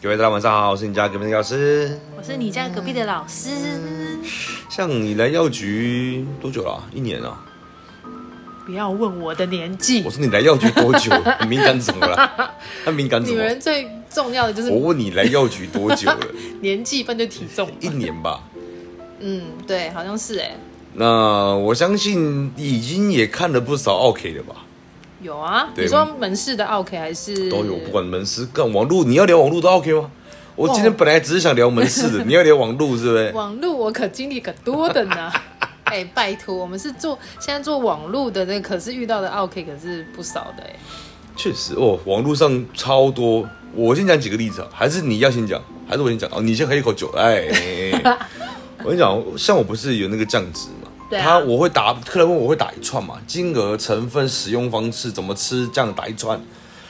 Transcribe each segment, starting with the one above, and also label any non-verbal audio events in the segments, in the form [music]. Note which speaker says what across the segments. Speaker 1: 各位大家晚上好，我是你家隔壁的老师。
Speaker 2: 我是你家隔壁的老师，
Speaker 1: 像你来药局多久了啊、一年啊？
Speaker 2: 不要问我的年
Speaker 1: 我
Speaker 2: 纪。
Speaker 1: 说你来药局多久？你敏感什么了？他敏感什
Speaker 2: 女
Speaker 1: 么？
Speaker 2: 人最重要的就是
Speaker 1: 我问你来药局多久了？
Speaker 2: 年纪，不然就体重。
Speaker 1: 一年吧。
Speaker 2: 嗯，对，好像是哎、
Speaker 1: 那我相信已经也看了不少 OK 了吧？
Speaker 2: 有啊。
Speaker 1: 对
Speaker 2: 你说门市的 OK 还是
Speaker 1: 都有，不管门市干网络，你要聊网络的 OK 吗？我今天本来只是想聊门市的，你要聊网络是不是？
Speaker 2: 网络，我可经历可多的呢。 [laughs] 哎、拜托，我们是做现在做网络的，那可是遇到的 OK 可是不少的哎、
Speaker 1: 确实哦，网络上超多。我先讲几个例子啊，还是你要先讲，还是我先讲？哦，你先喝一口酒，
Speaker 2: [laughs]
Speaker 1: 哎。我跟你讲，像我不是有那个酱汁嘛，
Speaker 2: 对啊
Speaker 1: 他我会打客人问我会打一串嘛，金额、成分、使用方式、怎么吃，这样打一串。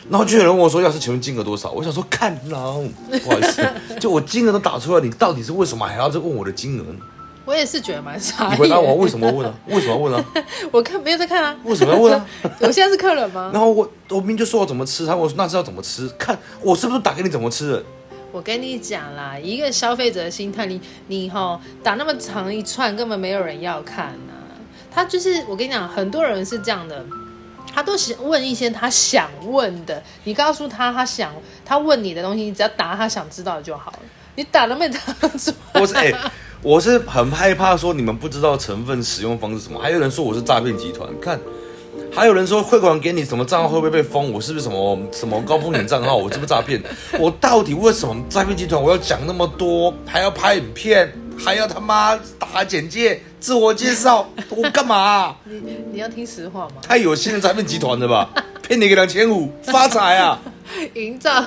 Speaker 1: 然后就有人问我说：“要是请问金额多少？”我想说：“看狼，不好意
Speaker 2: [laughs]
Speaker 1: 思，就我金额都打出来，你到底是为什么还要再问我的金额呢？
Speaker 2: 我也是觉得蛮傻
Speaker 1: 你
Speaker 2: 眼。
Speaker 1: 回答我为什么问啊？为什么问啊？
Speaker 2: [laughs] 我看没有在看啊。
Speaker 1: 为什么要
Speaker 2: [laughs]
Speaker 1: 问啊？
Speaker 2: 我现在是客人吗？
Speaker 1: 然后我我明明就说我怎么吃，他问我说那是要怎么吃？看我是不是打给你怎么吃的？
Speaker 2: 我跟你讲啦，一个消费者的心态，你你吼打那么长一串，根本没有人要看呐、他就是我跟你讲，很多人是这样的，他都想问一些他想问的，你告诉他他想他问你的东西，你只要答他想知道的就好了。你打都没打出来，
Speaker 1: 我是哎、我是很害怕说你们不知道成分、使用方式什么，还有人说我是诈骗集团，看。还有人说汇款给你什么账号会不会被封？我是不是什么什么高风险账号？我是不是诈骗？我到底为什么诈骗集团？我要讲那么多，还要拍影片，还要他妈打简介、自我介绍，我干嘛啊、
Speaker 2: 你 [laughs] 你要听实话吗？
Speaker 1: 太有心的诈骗集团了吧？骗你个两千五，发财啊！
Speaker 2: 营造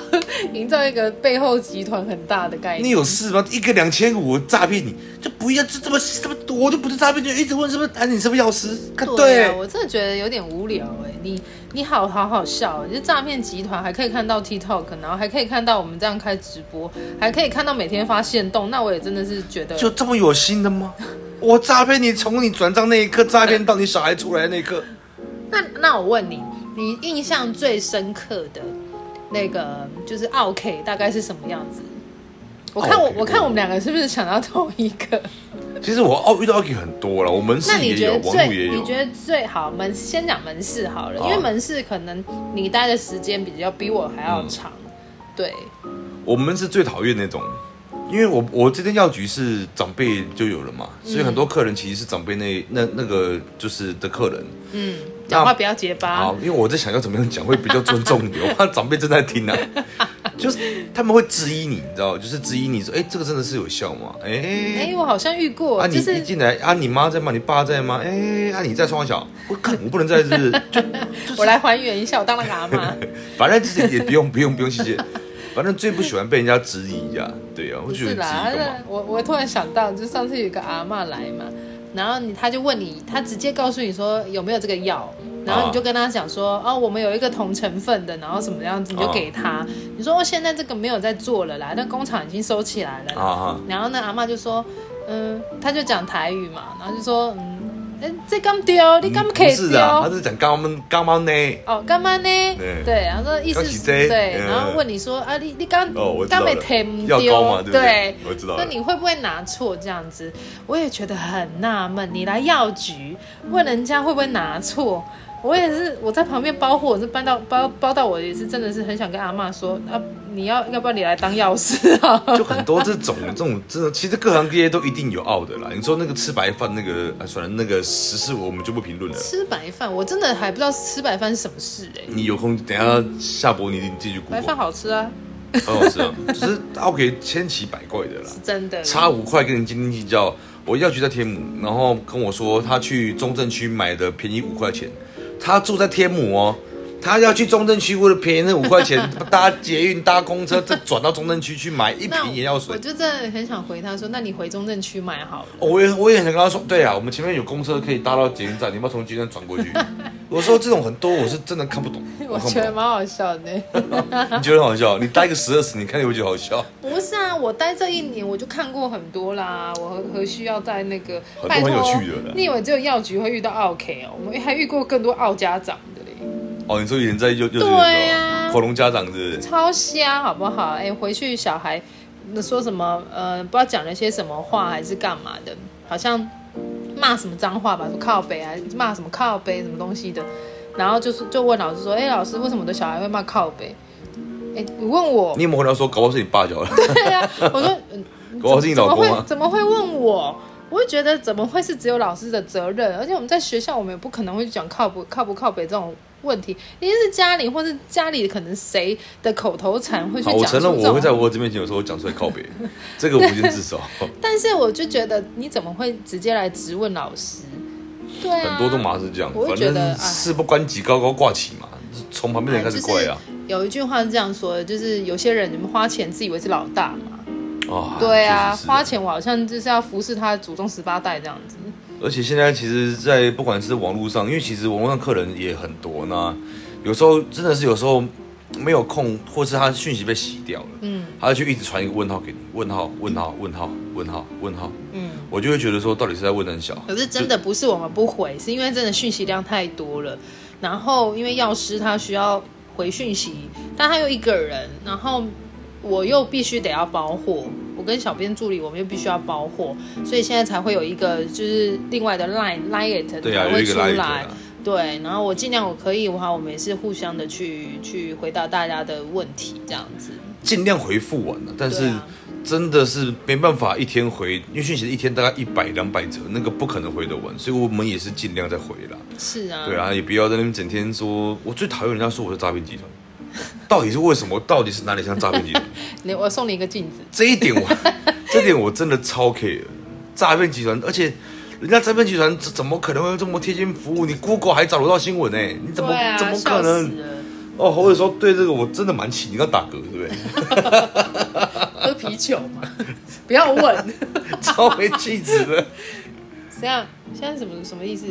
Speaker 2: 营造一个背后集团很大的概
Speaker 1: 你
Speaker 2: 念，
Speaker 1: 有事吗？一个两千五，我诈骗你，就不要这这么这么，我就不是诈骗，就一直问是不是，哎，你是不是药师？看
Speaker 2: 啊，我真的觉得有点无聊哎、你你好好好笑，就诈骗集团还可以看到 TikTok，然后还可以看到我们这样开直播，还可以看到每天发现动，那我也真的是觉得
Speaker 1: 就这么有心的吗？我诈骗你，从你转账那一刻诈骗到你小孩出来的那一刻，
Speaker 2: 那那我问你，你印象最深刻的那个就是 OK 大概是什么样子？我看我
Speaker 1: OK
Speaker 2: 我看我们两个是不是想到同一个？
Speaker 1: 其实我哦遇到 OK 很多了，我门市
Speaker 2: 那你
Speaker 1: 也
Speaker 2: 觉
Speaker 1: 有
Speaker 2: 得，
Speaker 1: 网络
Speaker 2: 最
Speaker 1: 也
Speaker 2: 你
Speaker 1: 有，
Speaker 2: 觉得最好门先讲门市好了，
Speaker 1: 好啊
Speaker 2: 因为门市可能你待的时间比较比我还要长，
Speaker 1: 嗯
Speaker 2: 对。
Speaker 1: 我们是最讨厌那种。因为我我这间药局是长辈就有了嘛，
Speaker 2: 嗯
Speaker 1: 所以很多客人其实是长辈那那那个就是的客人，
Speaker 2: 嗯，
Speaker 1: 那
Speaker 2: 讲话不要结巴
Speaker 1: 好，。因为我在想要怎么样讲会比较尊重你，我怕长辈正在听
Speaker 2: [laughs]
Speaker 1: 啊，就是他们会质疑你，你知道，就是质疑你说，哎、这个真的是有效吗？哎、
Speaker 2: 哎、我好像遇过，
Speaker 1: 啊，你
Speaker 2: 就
Speaker 1: 一
Speaker 2: 是
Speaker 1: 进来啊，你妈在吗？你爸在吗？哎、啊，你在双小，我看我不能在这，就
Speaker 2: 我来还原一下，我当了个阿妈。
Speaker 1: 反正就是也不用不用不用谢谢，反正最不喜欢被人家质疑呀、对 [laughs] 呀、啊，我
Speaker 2: 不
Speaker 1: 觉得
Speaker 2: 是
Speaker 1: 质
Speaker 2: 啦，
Speaker 1: 疑干嘛？
Speaker 2: 我我突然想到，就上次有一个阿嬷来嘛，然后你他就问你，他直接告诉你说有没有这个药，然后你就跟他讲说，哦，我们有一个同成分的，然后什么样子你就给他，
Speaker 1: 啊
Speaker 2: 你说哦，现在这个没有在做了啦，那工厂已经收起来了啦
Speaker 1: 啊哈，
Speaker 2: 然后呢，阿嬷就说，嗯，他就讲台语嘛，然后就说，嗯，哎，这刚丢，你刚
Speaker 1: 不
Speaker 2: 可以
Speaker 1: 是
Speaker 2: 丢。
Speaker 1: 啊，他是讲干妈干妈呢，
Speaker 2: 哦，干嘛呢？
Speaker 1: 对
Speaker 2: 对，然后说意思
Speaker 1: 刚起
Speaker 2: 是
Speaker 1: 这
Speaker 2: 对，
Speaker 1: 嗯
Speaker 2: 然后问你说啊，你你刚
Speaker 1: 哦，我知道
Speaker 2: 刚没
Speaker 1: 了
Speaker 2: 填，
Speaker 1: 药膏嘛，
Speaker 2: 丢，
Speaker 1: 对不对？我知道
Speaker 2: 那
Speaker 1: 了。
Speaker 2: 你会不会拿错这样子？我也觉得很纳闷，你来药局问人家会不会拿错？我也是，我在旁边包货，我是搬到包包到我也是，真的是很想跟阿嬷说啊，你要要不要你来当药师啊？ [laughs]
Speaker 1: 就很多这种这种真的，其实各行各业都一定有傲的啦。你说那个吃白饭那个，啊、算了，那个时事我们就不评论了。
Speaker 2: 吃白饭，我真的还不知道吃白饭是什么事哎、
Speaker 1: 你有空等一下下播，你自己去 Google，
Speaker 2: 白饭好吃啊，
Speaker 1: 很好吃啊，只是 OK 千奇百怪的啦。
Speaker 2: 是真的。
Speaker 1: 差五块跟你斤斤计较，我要去在天母，然后跟我说他去中正区买的便宜五块钱，他住在天母哦，他要去中正区为了便宜那五块钱搭捷运搭公车，再转到中正区去买一
Speaker 2: 那
Speaker 1: 瓶眼药水
Speaker 2: 我。就真的很想回他说，那你回中正区买好了。
Speaker 1: 哦我也我也很想跟他说，对啊，我们前面有公车可以搭到捷运站，你要不要从捷运站转过
Speaker 2: [laughs]
Speaker 1: 去？我说这种很多，我是真的看不懂，
Speaker 2: 我
Speaker 1: 看
Speaker 2: 觉
Speaker 1: 不
Speaker 2: 得
Speaker 1: 懂。
Speaker 2: 蛮好笑的。
Speaker 1: 你觉得很好笑？你待个十二十，你看你会觉得好笑。
Speaker 2: [laughs] 不是啊，我待这一年我就看过很多啦，我何何须要在那个
Speaker 1: 很多
Speaker 2: 拜托
Speaker 1: 很有趣的啦
Speaker 2: 你以为只有药局会遇到奥 K 哦？我们还遇过更多奥家长的嘞。
Speaker 1: 哦，你说以前在幼幼稚园的时候，
Speaker 2: 对啊
Speaker 1: 佛龙家长是不是？
Speaker 2: 超瞎，好不好？哎、回去小孩那说什么？呃，不知道讲了些什么话，还是干嘛的？好像骂什么脏话吧，说靠北啊，骂什么靠北什么东西的。然后就是就问老师说，哎、老师，为什么我的小孩会骂靠北？哎、你问我
Speaker 1: [laughs] 你，有没有跟他说，搞不好是你爸
Speaker 2: [laughs]
Speaker 1: 教的？
Speaker 2: 对呀、我说，嗯
Speaker 1: 搞不好是你
Speaker 2: 怎
Speaker 1: 老
Speaker 2: 么
Speaker 1: 公
Speaker 2: 会
Speaker 1: 啊？
Speaker 2: 怎么会问我？我会觉得怎么会是只有老师的责任？而且我们在学校，我们也不可能会讲靠不靠不靠北这种问题，一定是家里或是家里可能谁的口头禅会去
Speaker 1: 嗯好，
Speaker 2: 讲
Speaker 1: 我
Speaker 2: 出
Speaker 1: 承
Speaker 2: 这
Speaker 1: 认我会在
Speaker 2: 种。
Speaker 1: 我儿子面前有时候讲出来靠北，这个我无先自
Speaker 2: [laughs]
Speaker 1: 首，
Speaker 2: 但是我就觉得你怎么会直接来质问老师？对啊，
Speaker 1: 很多都嘛是这样，
Speaker 2: 我会
Speaker 1: 反
Speaker 2: 觉得
Speaker 1: 正
Speaker 2: 哎
Speaker 1: 事不关己高高挂起嘛，从旁边的人开始怪啊。
Speaker 2: 有一句话是这样说的，就是有些人你们花钱自以为是老大嘛，
Speaker 1: 啊，
Speaker 2: 对啊，
Speaker 1: 确实是
Speaker 2: 花钱我好像就是要服侍他祖宗十八代这样子。
Speaker 1: 而且现在其实，在不管是网络上，因为其实网络上客人也很多那有时候真的是有时候没有空，或是他讯息被洗掉了，
Speaker 2: 嗯
Speaker 1: 他就一直传一个问号给你，问号问号问号问号问号，
Speaker 2: 嗯。
Speaker 1: 我就会觉得说，到底是在问很小，
Speaker 2: 可是真的不是我们不回，是因为真的讯息量太多了。然后因为药师他需要回讯息，但他又一个人，然后我又必须得要包货。我跟小编助理，我们又必须要包货，所以现在才会有一个就是另外的 line line it
Speaker 1: 对啊，
Speaker 2: 才
Speaker 1: 有
Speaker 2: 会
Speaker 1: 一个
Speaker 2: 出
Speaker 1: 拉一个
Speaker 2: 来
Speaker 1: 啊。，
Speaker 2: 对，然后我尽量我可以的话，我们也是互相的去去回答大家的问题，这样子。
Speaker 1: 尽量回复完了，但
Speaker 2: 对
Speaker 1: 是
Speaker 2: 啊
Speaker 1: 真的是没办法一天回，因为讯息一天大概一百两百折，那个不可能回得完，所以我们也是尽量在回啦。
Speaker 2: 是啊，
Speaker 1: 对啊，也不要在那边整天说，我最讨厌人家说我是诈骗集团，到底是为什么？到底是哪里像诈骗集团？
Speaker 2: 你我送你一个镜子。
Speaker 1: 这一点我，这点我真的超 care。诈骗集团，而且人家诈骗集团怎怎么可能会这么贴心服务？你 Google 还找得到新闻呢、你怎么、
Speaker 2: 对啊，
Speaker 1: 怎么
Speaker 2: 笑
Speaker 1: 可
Speaker 2: 死
Speaker 1: 能？
Speaker 2: 了，
Speaker 1: 哦，我有时候对这个我真的蛮气，你刚打嗝对不 [laughs] 对？
Speaker 2: 喝啤酒嘛， [laughs] 不要问。
Speaker 1: 超没气质的。
Speaker 2: 这样现在什么什么意思？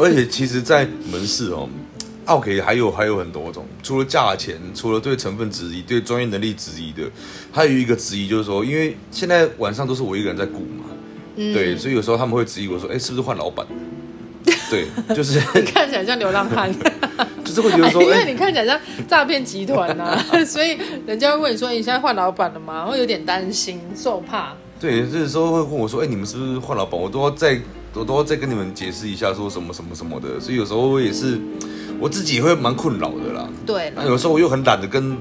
Speaker 1: 而且其实，在门市哦，奥 K 还有还有很多种，除了价钱，除了对成分质疑、对专业能力质疑的，还有一个质疑就是说，因为现在晚上都是我一个人在顾嘛，
Speaker 2: 嗯
Speaker 1: 对，所以有时候他们会质疑我说，哎，是不是换老
Speaker 2: [laughs]
Speaker 1: 板？对，就是 [laughs]
Speaker 2: 你看起来像流浪汉，
Speaker 1: 就是会觉得说，
Speaker 2: 因为
Speaker 1: 哎，
Speaker 2: 你看起来像诈骗集团
Speaker 1: [laughs]
Speaker 2: 呐、所以人家会问你说你现在换老板了吗？会有点担心受怕。
Speaker 1: 对，有时候会问我说，哎，你们是不是换老板？我都要再我都要再跟你们解释一下，说什么什么什么的，所以有时候我也是我自己也会蛮困扰的啦。
Speaker 2: 对
Speaker 1: 那
Speaker 2: 了，
Speaker 1: 有时候我又很懒得跟，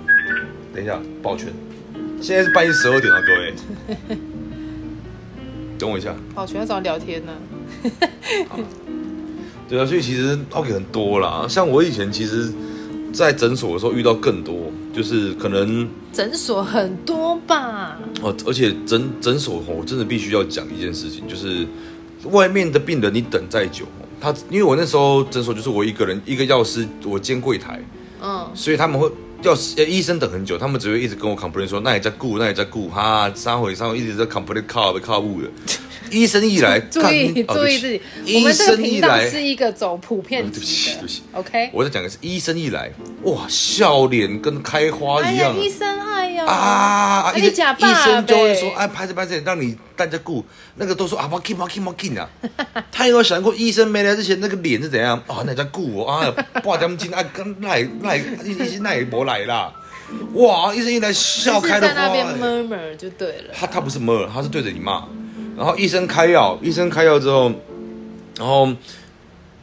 Speaker 1: 等一下抱拳，现在是半夜十二点了，各位，等我一下。
Speaker 2: 好，喜欢找人聊天呢、
Speaker 1: 对啊，所以其实 OK 很多啦，像我以前其实，在诊所的时候遇到更多，就是可能
Speaker 2: 诊所很多吧？
Speaker 1: 哦，而且诊诊所哦，我真的必须要讲一件事情，就是外面的病人你等再久哦，他因为我那时候诊所就是我一个人，一个药师，我兼柜台，
Speaker 2: 嗯，
Speaker 1: 所以他们会要是呃医生等很久，他们只会一直跟我 complain 说那也在顾，那也在顾，哈，三回三回一直在 complain 靠被靠物的。医生一来，
Speaker 2: [laughs] 注
Speaker 1: 干
Speaker 2: 意
Speaker 1: 你哦
Speaker 2: 注意自
Speaker 1: 对
Speaker 2: 己
Speaker 1: 不起，
Speaker 2: 我
Speaker 1: 医
Speaker 2: 们这个
Speaker 1: 生
Speaker 2: 频
Speaker 1: 一
Speaker 2: 道
Speaker 1: 来，哦
Speaker 2: 是一个走普遍
Speaker 1: 对不起
Speaker 2: 级
Speaker 1: 对不起
Speaker 2: 的，OK？
Speaker 1: 我在讲的是医生一来，哇，笑脸跟开花
Speaker 2: 哎
Speaker 1: 一
Speaker 2: 呀，
Speaker 1: 样
Speaker 2: 医生，哎呀，
Speaker 1: 啊！
Speaker 2: 哎
Speaker 1: 医
Speaker 2: 你假
Speaker 1: 生
Speaker 2: 爸
Speaker 1: 医生就会说：“
Speaker 2: 呗
Speaker 1: 哎，拍着拍着，让你大家顾。”那个都说啊，不进不进不进啊！他有没有想过医生没来之前那个脸是怎样啊？那在顾我啊，八点钟啊，跟那也那也医生那也没来啦！哇，医生一来笑
Speaker 2: 就是
Speaker 1: 开哎了
Speaker 2: 在那边
Speaker 1: 花。
Speaker 2: murmur 就对了。
Speaker 1: 他他不是摸了，他是对着你骂。然后医生开药，医生开药之后，然后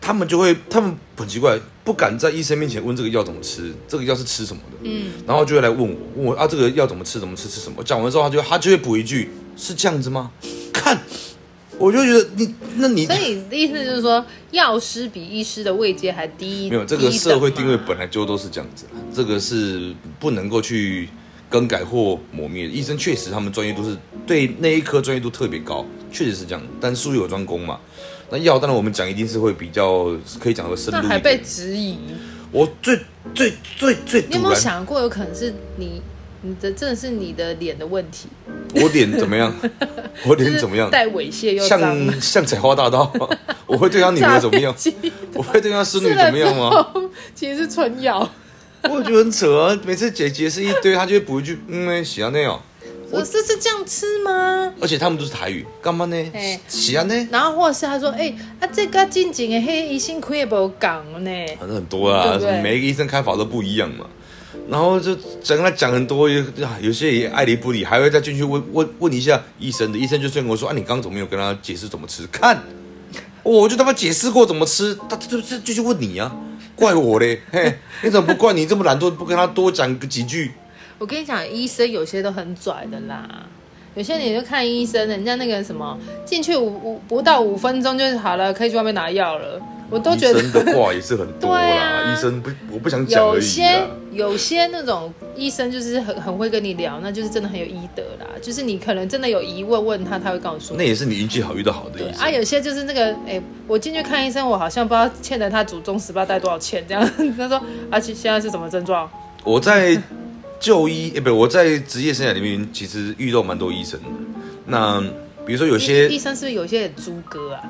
Speaker 1: 他们就会，他们很奇怪，不敢在医生面前问这个药怎么吃，这个药是吃什么的。
Speaker 2: 嗯，
Speaker 1: 然后就会来问我，问我啊，这个药怎么吃，怎么吃，吃什么？讲完之后，他就啊他就会补一句：“是这样子吗？”看，我就觉得你，那你
Speaker 2: 所以意思就是说，药师比医师的位阶还低，
Speaker 1: 没有这个社会定位
Speaker 2: 低一等
Speaker 1: 本来就都是这样子啦，这个是不能够去更改或抹灭的。医生确实他们专业度是对那一科专业度特别高，确实是这样。但术业有专攻嘛，那药当然我们讲一定是会比较可以讲的深
Speaker 2: 嘛，
Speaker 1: 入
Speaker 2: 那还
Speaker 1: 一
Speaker 2: 被
Speaker 1: 点。
Speaker 2: 质疑。
Speaker 1: 我最最最最
Speaker 2: 你有没
Speaker 1: 突
Speaker 2: 有
Speaker 1: 然，
Speaker 2: 想过，有可能是你你的真的是你的脸的问题？
Speaker 1: 我脸怎么
Speaker 2: [laughs]
Speaker 1: 样？我
Speaker 2: 就
Speaker 1: 脸
Speaker 2: 是
Speaker 1: 怎么样？
Speaker 2: 带猥亵又脏，
Speaker 1: 像像采花大
Speaker 2: [laughs]
Speaker 1: 盗，我会对他女儿怎么样？我会对他孙女
Speaker 2: 吃
Speaker 1: 怎
Speaker 2: 了
Speaker 1: 么
Speaker 2: 之
Speaker 1: 样吗？
Speaker 2: 后其实是纯药，
Speaker 1: 我觉得很扯啊！每次姐姐是一堆，他就会补一句：“嗯，喜欢那样。
Speaker 2: 我这是这样吃吗？”
Speaker 1: 而且他们都是台语，干嘛呢
Speaker 2: 哎？
Speaker 1: 喜欢呢？
Speaker 2: 然后或者是他说，哎、啊这个近景的黑医生可以不讲呢？
Speaker 1: 反正很多啦，啊
Speaker 2: 对不对
Speaker 1: 每一个医生开法都不一样嘛。然后就讲跟他讲很多，有啊有些也爱理不理，还会再进去问问问一下医生的，医生就先跟我说啊，你刚刚怎么没有跟他解释怎么吃？看，哦我就他妈解释过怎么吃，他他就就去问你啊，怪我嘞，
Speaker 2: [laughs]
Speaker 1: 嘿，你怎么不怪你这么懒惰，不跟他多讲个几句？
Speaker 2: 我跟你讲，医生有些都很拽的啦。有些你就看医生，人家那个什么进去五五不到五分钟就好了，可以去外面拿药了。我都觉
Speaker 1: 医生的
Speaker 2: 得
Speaker 1: 话也是很多啦，
Speaker 2: [laughs] 对啊
Speaker 1: 医生不我不想讲而
Speaker 2: 有
Speaker 1: 已啊
Speaker 2: 些
Speaker 1: 啦。
Speaker 2: 有些那种医生就是很很会跟你聊，那就是真的很有医德啦。就是你可能真的有疑问问他，他会告诉
Speaker 1: 那
Speaker 2: 你。
Speaker 1: 也是你运气好遇到好的医
Speaker 2: 对
Speaker 1: 生。
Speaker 2: 啊，有些就是那个，哎、我进去看医生，我好像不知道欠了他祖宗十八代多少钱这样。 [laughs] 他说，而、且现在是什么症状？
Speaker 1: 我在就医，诶，不，我在职业生涯里面其实遇到蛮多医生的。那比如说有些
Speaker 2: 医医生是不是有些也猪哥啊，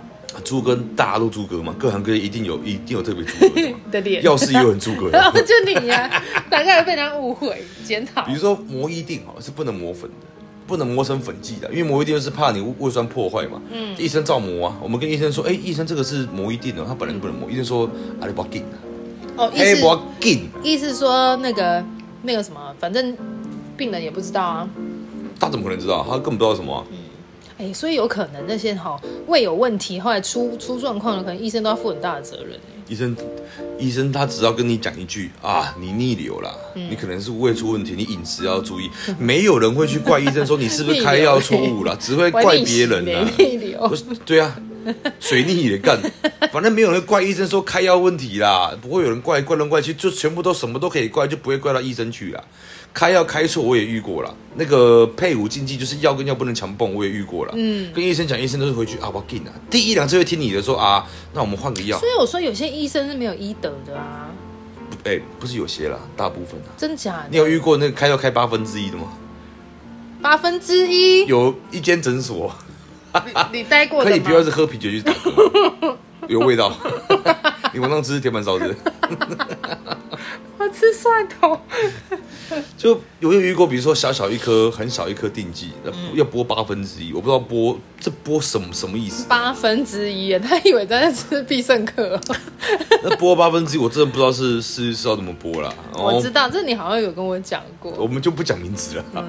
Speaker 1: 猪哥，大家都猪哥嘛，各行各业一定有一定有特别猪哥的嘛
Speaker 2: [laughs] 的脸？
Speaker 1: 药师也有很猪哥
Speaker 2: 然
Speaker 1: 的。
Speaker 2: 后就你呀、 [laughs] 大概被人家误会检讨
Speaker 1: 比。如说磨一定好了是不能磨粉的，不能磨成粉剂的，因为磨一定就是怕你胃酸破坏嘛。嗯，医生照磨啊，我们跟医生说，哎，医生这个是磨一定的，他本来就不能磨。医生说，啊，你不要紧啊，
Speaker 2: 哦，意
Speaker 1: 嘿不
Speaker 2: 思
Speaker 1: 要紧啊，
Speaker 2: 意思说那个那个什么，反正病人也不知道啊。
Speaker 1: 他怎么可能知道？他根本不知道什么啊、
Speaker 2: 哎，所以有可能那些哈、胃有问题，后来出出状况了，可能医生都要负很大的责任。欸
Speaker 1: 医生，医生他只要跟你讲一句啊，你逆流啦，你可能是胃出问题，你饮食要注意。没有人会去怪医生说你是不是开药错误 [laughs] 啦，只会
Speaker 2: 我
Speaker 1: 怪
Speaker 2: 逆
Speaker 1: 别
Speaker 2: 袭
Speaker 1: 人
Speaker 2: 嘞
Speaker 1: 啦。
Speaker 2: 逆流
Speaker 1: 不是，对啊，水逆也 [laughs] 干，反正没有人怪医生说开药问题啦，不会有人怪怪人怪去，就全部都什么都可以怪，就不会怪到医生去啦。开药开错我也遇过啦，那个配伍禁忌就是药跟药不能强蹦，我也遇过啦。嗯，跟医生讲，医生都是回去啊，我给你啊，第一两次会听你的说啊，那我们换个药
Speaker 2: 所。以我说有些医生是没有医德的啊，
Speaker 1: 哎、不是有些啦，大部分啊。
Speaker 2: 真假
Speaker 1: 你
Speaker 2: 的？
Speaker 1: 有遇过那个开药开八分之一的吗？
Speaker 2: 八分之一，
Speaker 1: 有一间诊所
Speaker 2: 你你待过的
Speaker 1: 可
Speaker 2: 吗？
Speaker 1: 以不要是喝啤酒去打嗝吗，有味
Speaker 2: [laughs]
Speaker 1: 道。你晚上吃铁板烧子，
Speaker 2: 我吃蒜头。。
Speaker 1: 就有有遇过，比如说小小一颗，很小一颗定剂，那要拨八分之一，我不知道拨这拨什么什么意思
Speaker 2: 八分之一耶，他以为在吃必胜客哦。
Speaker 1: 那拨八分之一，我真的不知道是是是要怎么拨啦。然后
Speaker 2: 我知道，这你好像有跟我讲过
Speaker 1: 哦我。们就不讲名字了。
Speaker 2: 嗯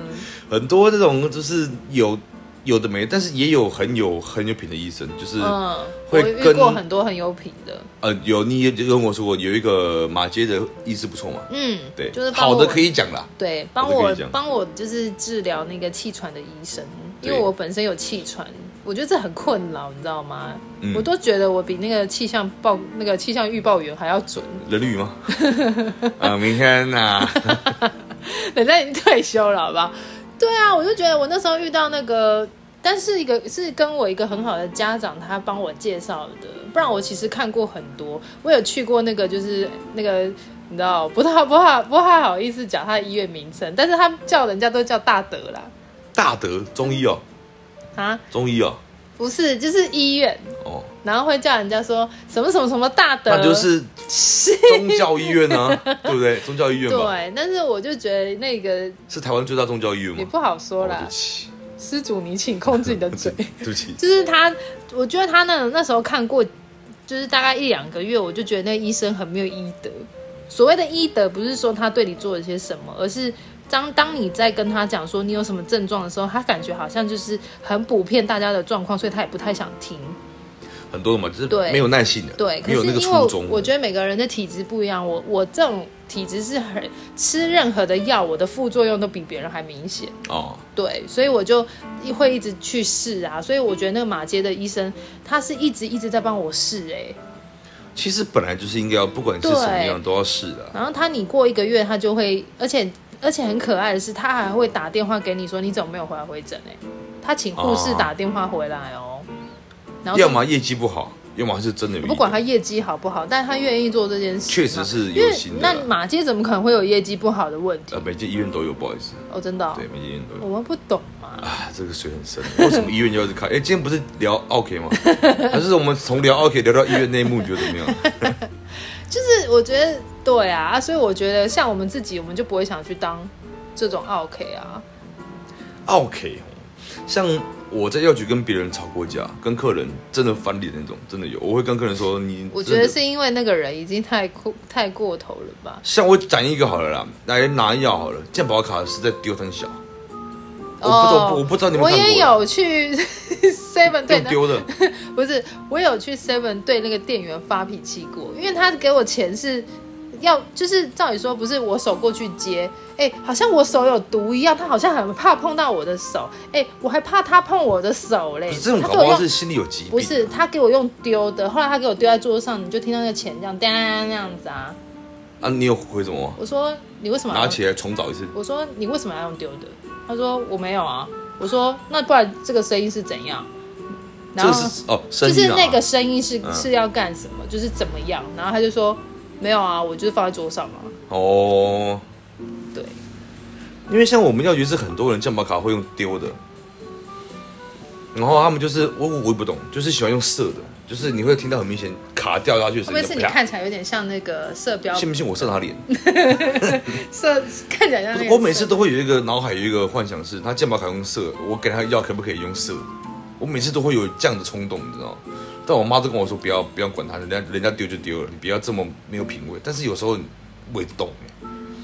Speaker 1: 很多这种就是有有的没，但是也有很有很有品的医生，就是
Speaker 2: 嗯，我
Speaker 1: 会
Speaker 2: 遇
Speaker 1: 跟
Speaker 2: 过很多很有品的，
Speaker 1: 呃，有你也跟我说过，有一个马街的医师不错嘛，
Speaker 2: 嗯，
Speaker 1: 对，
Speaker 2: 就是帮
Speaker 1: 好
Speaker 2: 我
Speaker 1: 的可以讲啦。
Speaker 2: 对，帮
Speaker 1: 我都可
Speaker 2: 我
Speaker 1: 以讲
Speaker 2: 帮我就是治疗那个气喘的医生，因为
Speaker 1: 对
Speaker 2: 我本身有气喘，我觉得这很困扰，你知道吗？
Speaker 1: 嗯
Speaker 2: 我都觉得我比那个气象报那个气象预报员还要准，
Speaker 1: 人绿
Speaker 2: [laughs]
Speaker 1: 吗？啊，明天呐、
Speaker 2: 人家已经退休了，好吧？对啊，我就觉得我那时候遇到那个，但是一个是跟我一个很好的家长，他帮我介绍的，不然我其实看过很多，我有去过那个就是那个。你知道不太不太不太好意思讲他的医院名称，但是他叫人家都叫大德啦
Speaker 1: 大德中医哦，
Speaker 2: 啊，
Speaker 1: 中医哦，
Speaker 2: 不是就是医院，
Speaker 1: 哦，
Speaker 2: 然后会叫人家说什么什么什么大德，
Speaker 1: 那就是宗教医院
Speaker 2: [laughs]
Speaker 1: 啊，对不对？宗教医院吧，
Speaker 2: 对，但是我就觉得那个
Speaker 1: 是台湾最大宗教医院
Speaker 2: 也
Speaker 1: 吗？
Speaker 2: 不好说
Speaker 1: 哦对
Speaker 2: 啦
Speaker 1: 不，起，
Speaker 2: 施主你请控制你的
Speaker 1: [laughs]
Speaker 2: 嘴。
Speaker 1: 对不起，
Speaker 2: 就是他，我觉得他那那时候看过，就是大概一两个月，我就觉得那医生很没有医德。所谓的医德，不是说他对你做了些什么，而是当当你在跟他讲说你有什么症状的时候，他感觉好像就是很普遍大家的状况，所以他也不太想听。
Speaker 1: 很多的嘛，就是
Speaker 2: 对
Speaker 1: 没有耐性的，
Speaker 2: 对，可
Speaker 1: 没有
Speaker 2: 是
Speaker 1: 那个
Speaker 2: 因
Speaker 1: 初
Speaker 2: 为
Speaker 1: 衷。
Speaker 2: 我觉得每个人的体质不一样，我我这种体质是很吃任何的药，我的副作用都比别人还明显。
Speaker 1: 哦，
Speaker 2: 对，所以我就会一直去试啊，所以我觉得那个马街的医生，他是一直一直在帮我试哎、
Speaker 1: 其实本来就是应该要，不管是什么样
Speaker 2: 对
Speaker 1: 都要试的啊。
Speaker 2: 然后他你过一个月他就会，而且而且很可爱的是，他还会打电话给你说你怎么没有回来回诊哎、他请护士
Speaker 1: 哦
Speaker 2: 打电话回来哦，然后
Speaker 1: 要
Speaker 2: 说
Speaker 1: 么业绩不好，要么是真的有意义。
Speaker 2: 不管他业绩好不好，但他愿意做这件事嘛，
Speaker 1: 确实是
Speaker 2: 因
Speaker 1: 有
Speaker 2: 为
Speaker 1: 心的
Speaker 2: 那
Speaker 1: 啦。
Speaker 2: 马街怎么可能会有业绩不好的问题
Speaker 1: 呃，？每间医院都有，不好意思，
Speaker 2: 哦，真的哦、
Speaker 1: 对，每间医院都有。
Speaker 2: 我们不懂嘛。
Speaker 1: 啊，这个水很深。 [laughs] 为什么医院就要去看？哎、今天不是聊 OK 吗？ [laughs] 还是我们从聊 OK 聊到医院内幕，你觉得怎么样？
Speaker 2: 就是我觉得对啊，啊所以我觉得像我们自己，我们就不会想去当这种 OK 啊。
Speaker 1: OK，像我在药局跟别人吵过架，跟客人真的翻脸那种，真的有。我会跟客人说你，
Speaker 2: 我觉得
Speaker 1: 真的
Speaker 2: 是因为那个人已经太过太过头了吧？
Speaker 1: 像我讲一个好了啦，来拿药好了，健保卡是在丢很小，我不知道我不知道你们
Speaker 2: 哦我
Speaker 1: 看过
Speaker 2: 也有去 [laughs] Seven 对
Speaker 1: 用
Speaker 2: 那
Speaker 1: 丢的，
Speaker 2: 不是，我有去 Seven 对那个店员发脾气过，因为他给我钱是要，就是照理说不是我手过去接，哎、好像我手有毒一样，他好像很怕碰到我的手，哎、我还怕他碰我的手嘞
Speaker 1: 可是这种。
Speaker 2: 他
Speaker 1: 搞
Speaker 2: 给
Speaker 1: 不
Speaker 2: 我
Speaker 1: 好
Speaker 2: 用
Speaker 1: 是心里有疾病。
Speaker 2: 不是，他给我用丢的，后来他给我丢在桌上，你就听到那个钱这样当当那样子啊。
Speaker 1: 啊，你有回什么吗？
Speaker 2: 我说你为什么要
Speaker 1: 拿起来重找一次。
Speaker 2: 我说你为什么要用丢的？他说我没有啊。我说那不然这个声音是怎样？
Speaker 1: 这
Speaker 2: 然
Speaker 1: 个
Speaker 2: 后
Speaker 1: 是哦，声
Speaker 2: 就
Speaker 1: 音啊
Speaker 2: 是那个声音是、
Speaker 1: 嗯
Speaker 2: 是要干什么？就是怎么样？然后他就说没有啊，我就是放在桌上嘛。
Speaker 1: 哦，
Speaker 2: 对，
Speaker 1: 因为像我们药局是很多人健保卡会用丢的，然后他们就是我我我也不懂，就是喜欢用射的，就是你会听到很明显卡掉下去的
Speaker 2: 会
Speaker 1: 声
Speaker 2: 不
Speaker 1: 音，
Speaker 2: 会是你
Speaker 1: 啪
Speaker 2: 看起来有点像那个射标
Speaker 1: 信不信我射他脸？
Speaker 2: 射？ [laughs] 看起来像那个
Speaker 1: 我每次
Speaker 2: 射
Speaker 1: 都会有一个脑海有一个幻想是，他健保卡用射，我给他药可不可以用射？我每次都会有这样的冲动，你知道吗？但我妈都跟我说不要不要管他，人家人家丢就丢了，你不要这么没有品味。但是有时候我也懂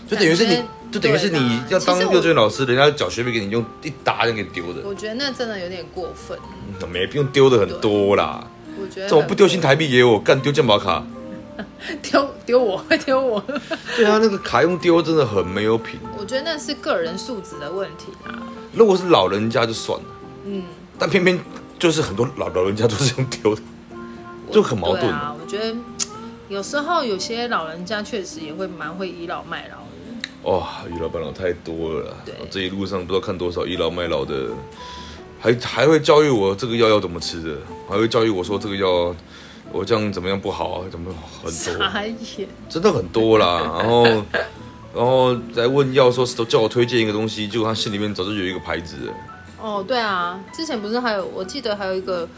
Speaker 1: 哎、就等于是你
Speaker 2: 感觉，
Speaker 1: 就等于是
Speaker 2: 啊对
Speaker 1: 你
Speaker 2: 啦
Speaker 1: 要当
Speaker 2: 其实我
Speaker 1: 幼稚园老师，人家缴学费给你用一沓人给丢的，
Speaker 2: 我觉得那真的有点过分。
Speaker 1: 嗯没用丢的很多啦。
Speaker 2: 我觉得
Speaker 1: 怎么
Speaker 2: 很
Speaker 1: 不丢新台币也有？干丢健保卡？
Speaker 2: 丢 [laughs] 丢我丢我？ [laughs]
Speaker 1: 对啊，那个卡用丢真的很没有品。
Speaker 2: 我觉得那是个人素质的问题啊。
Speaker 1: 如果是老人家就算了，嗯，但偏偏就是很多老老人家都是用丢的，
Speaker 2: 我
Speaker 1: 就很矛盾
Speaker 2: 对啊，我觉得有时候有些老人家确实也会蛮会倚老卖老的。
Speaker 1: 哇、倚老卖老太多了啦
Speaker 2: 对。
Speaker 1: 这一路上不知道看多少倚老卖老的，还还会教育我这个药要怎么吃的，还会教育我说这个药我这样怎么样不好，啊怎么很多，啊
Speaker 2: 傻眼，
Speaker 1: 真的很多啦。然后然后来问药说都叫我推荐一个东西，结果他心里面早就有一个牌子了。
Speaker 2: 哦，对啊，之前不是还有，我记得还有一个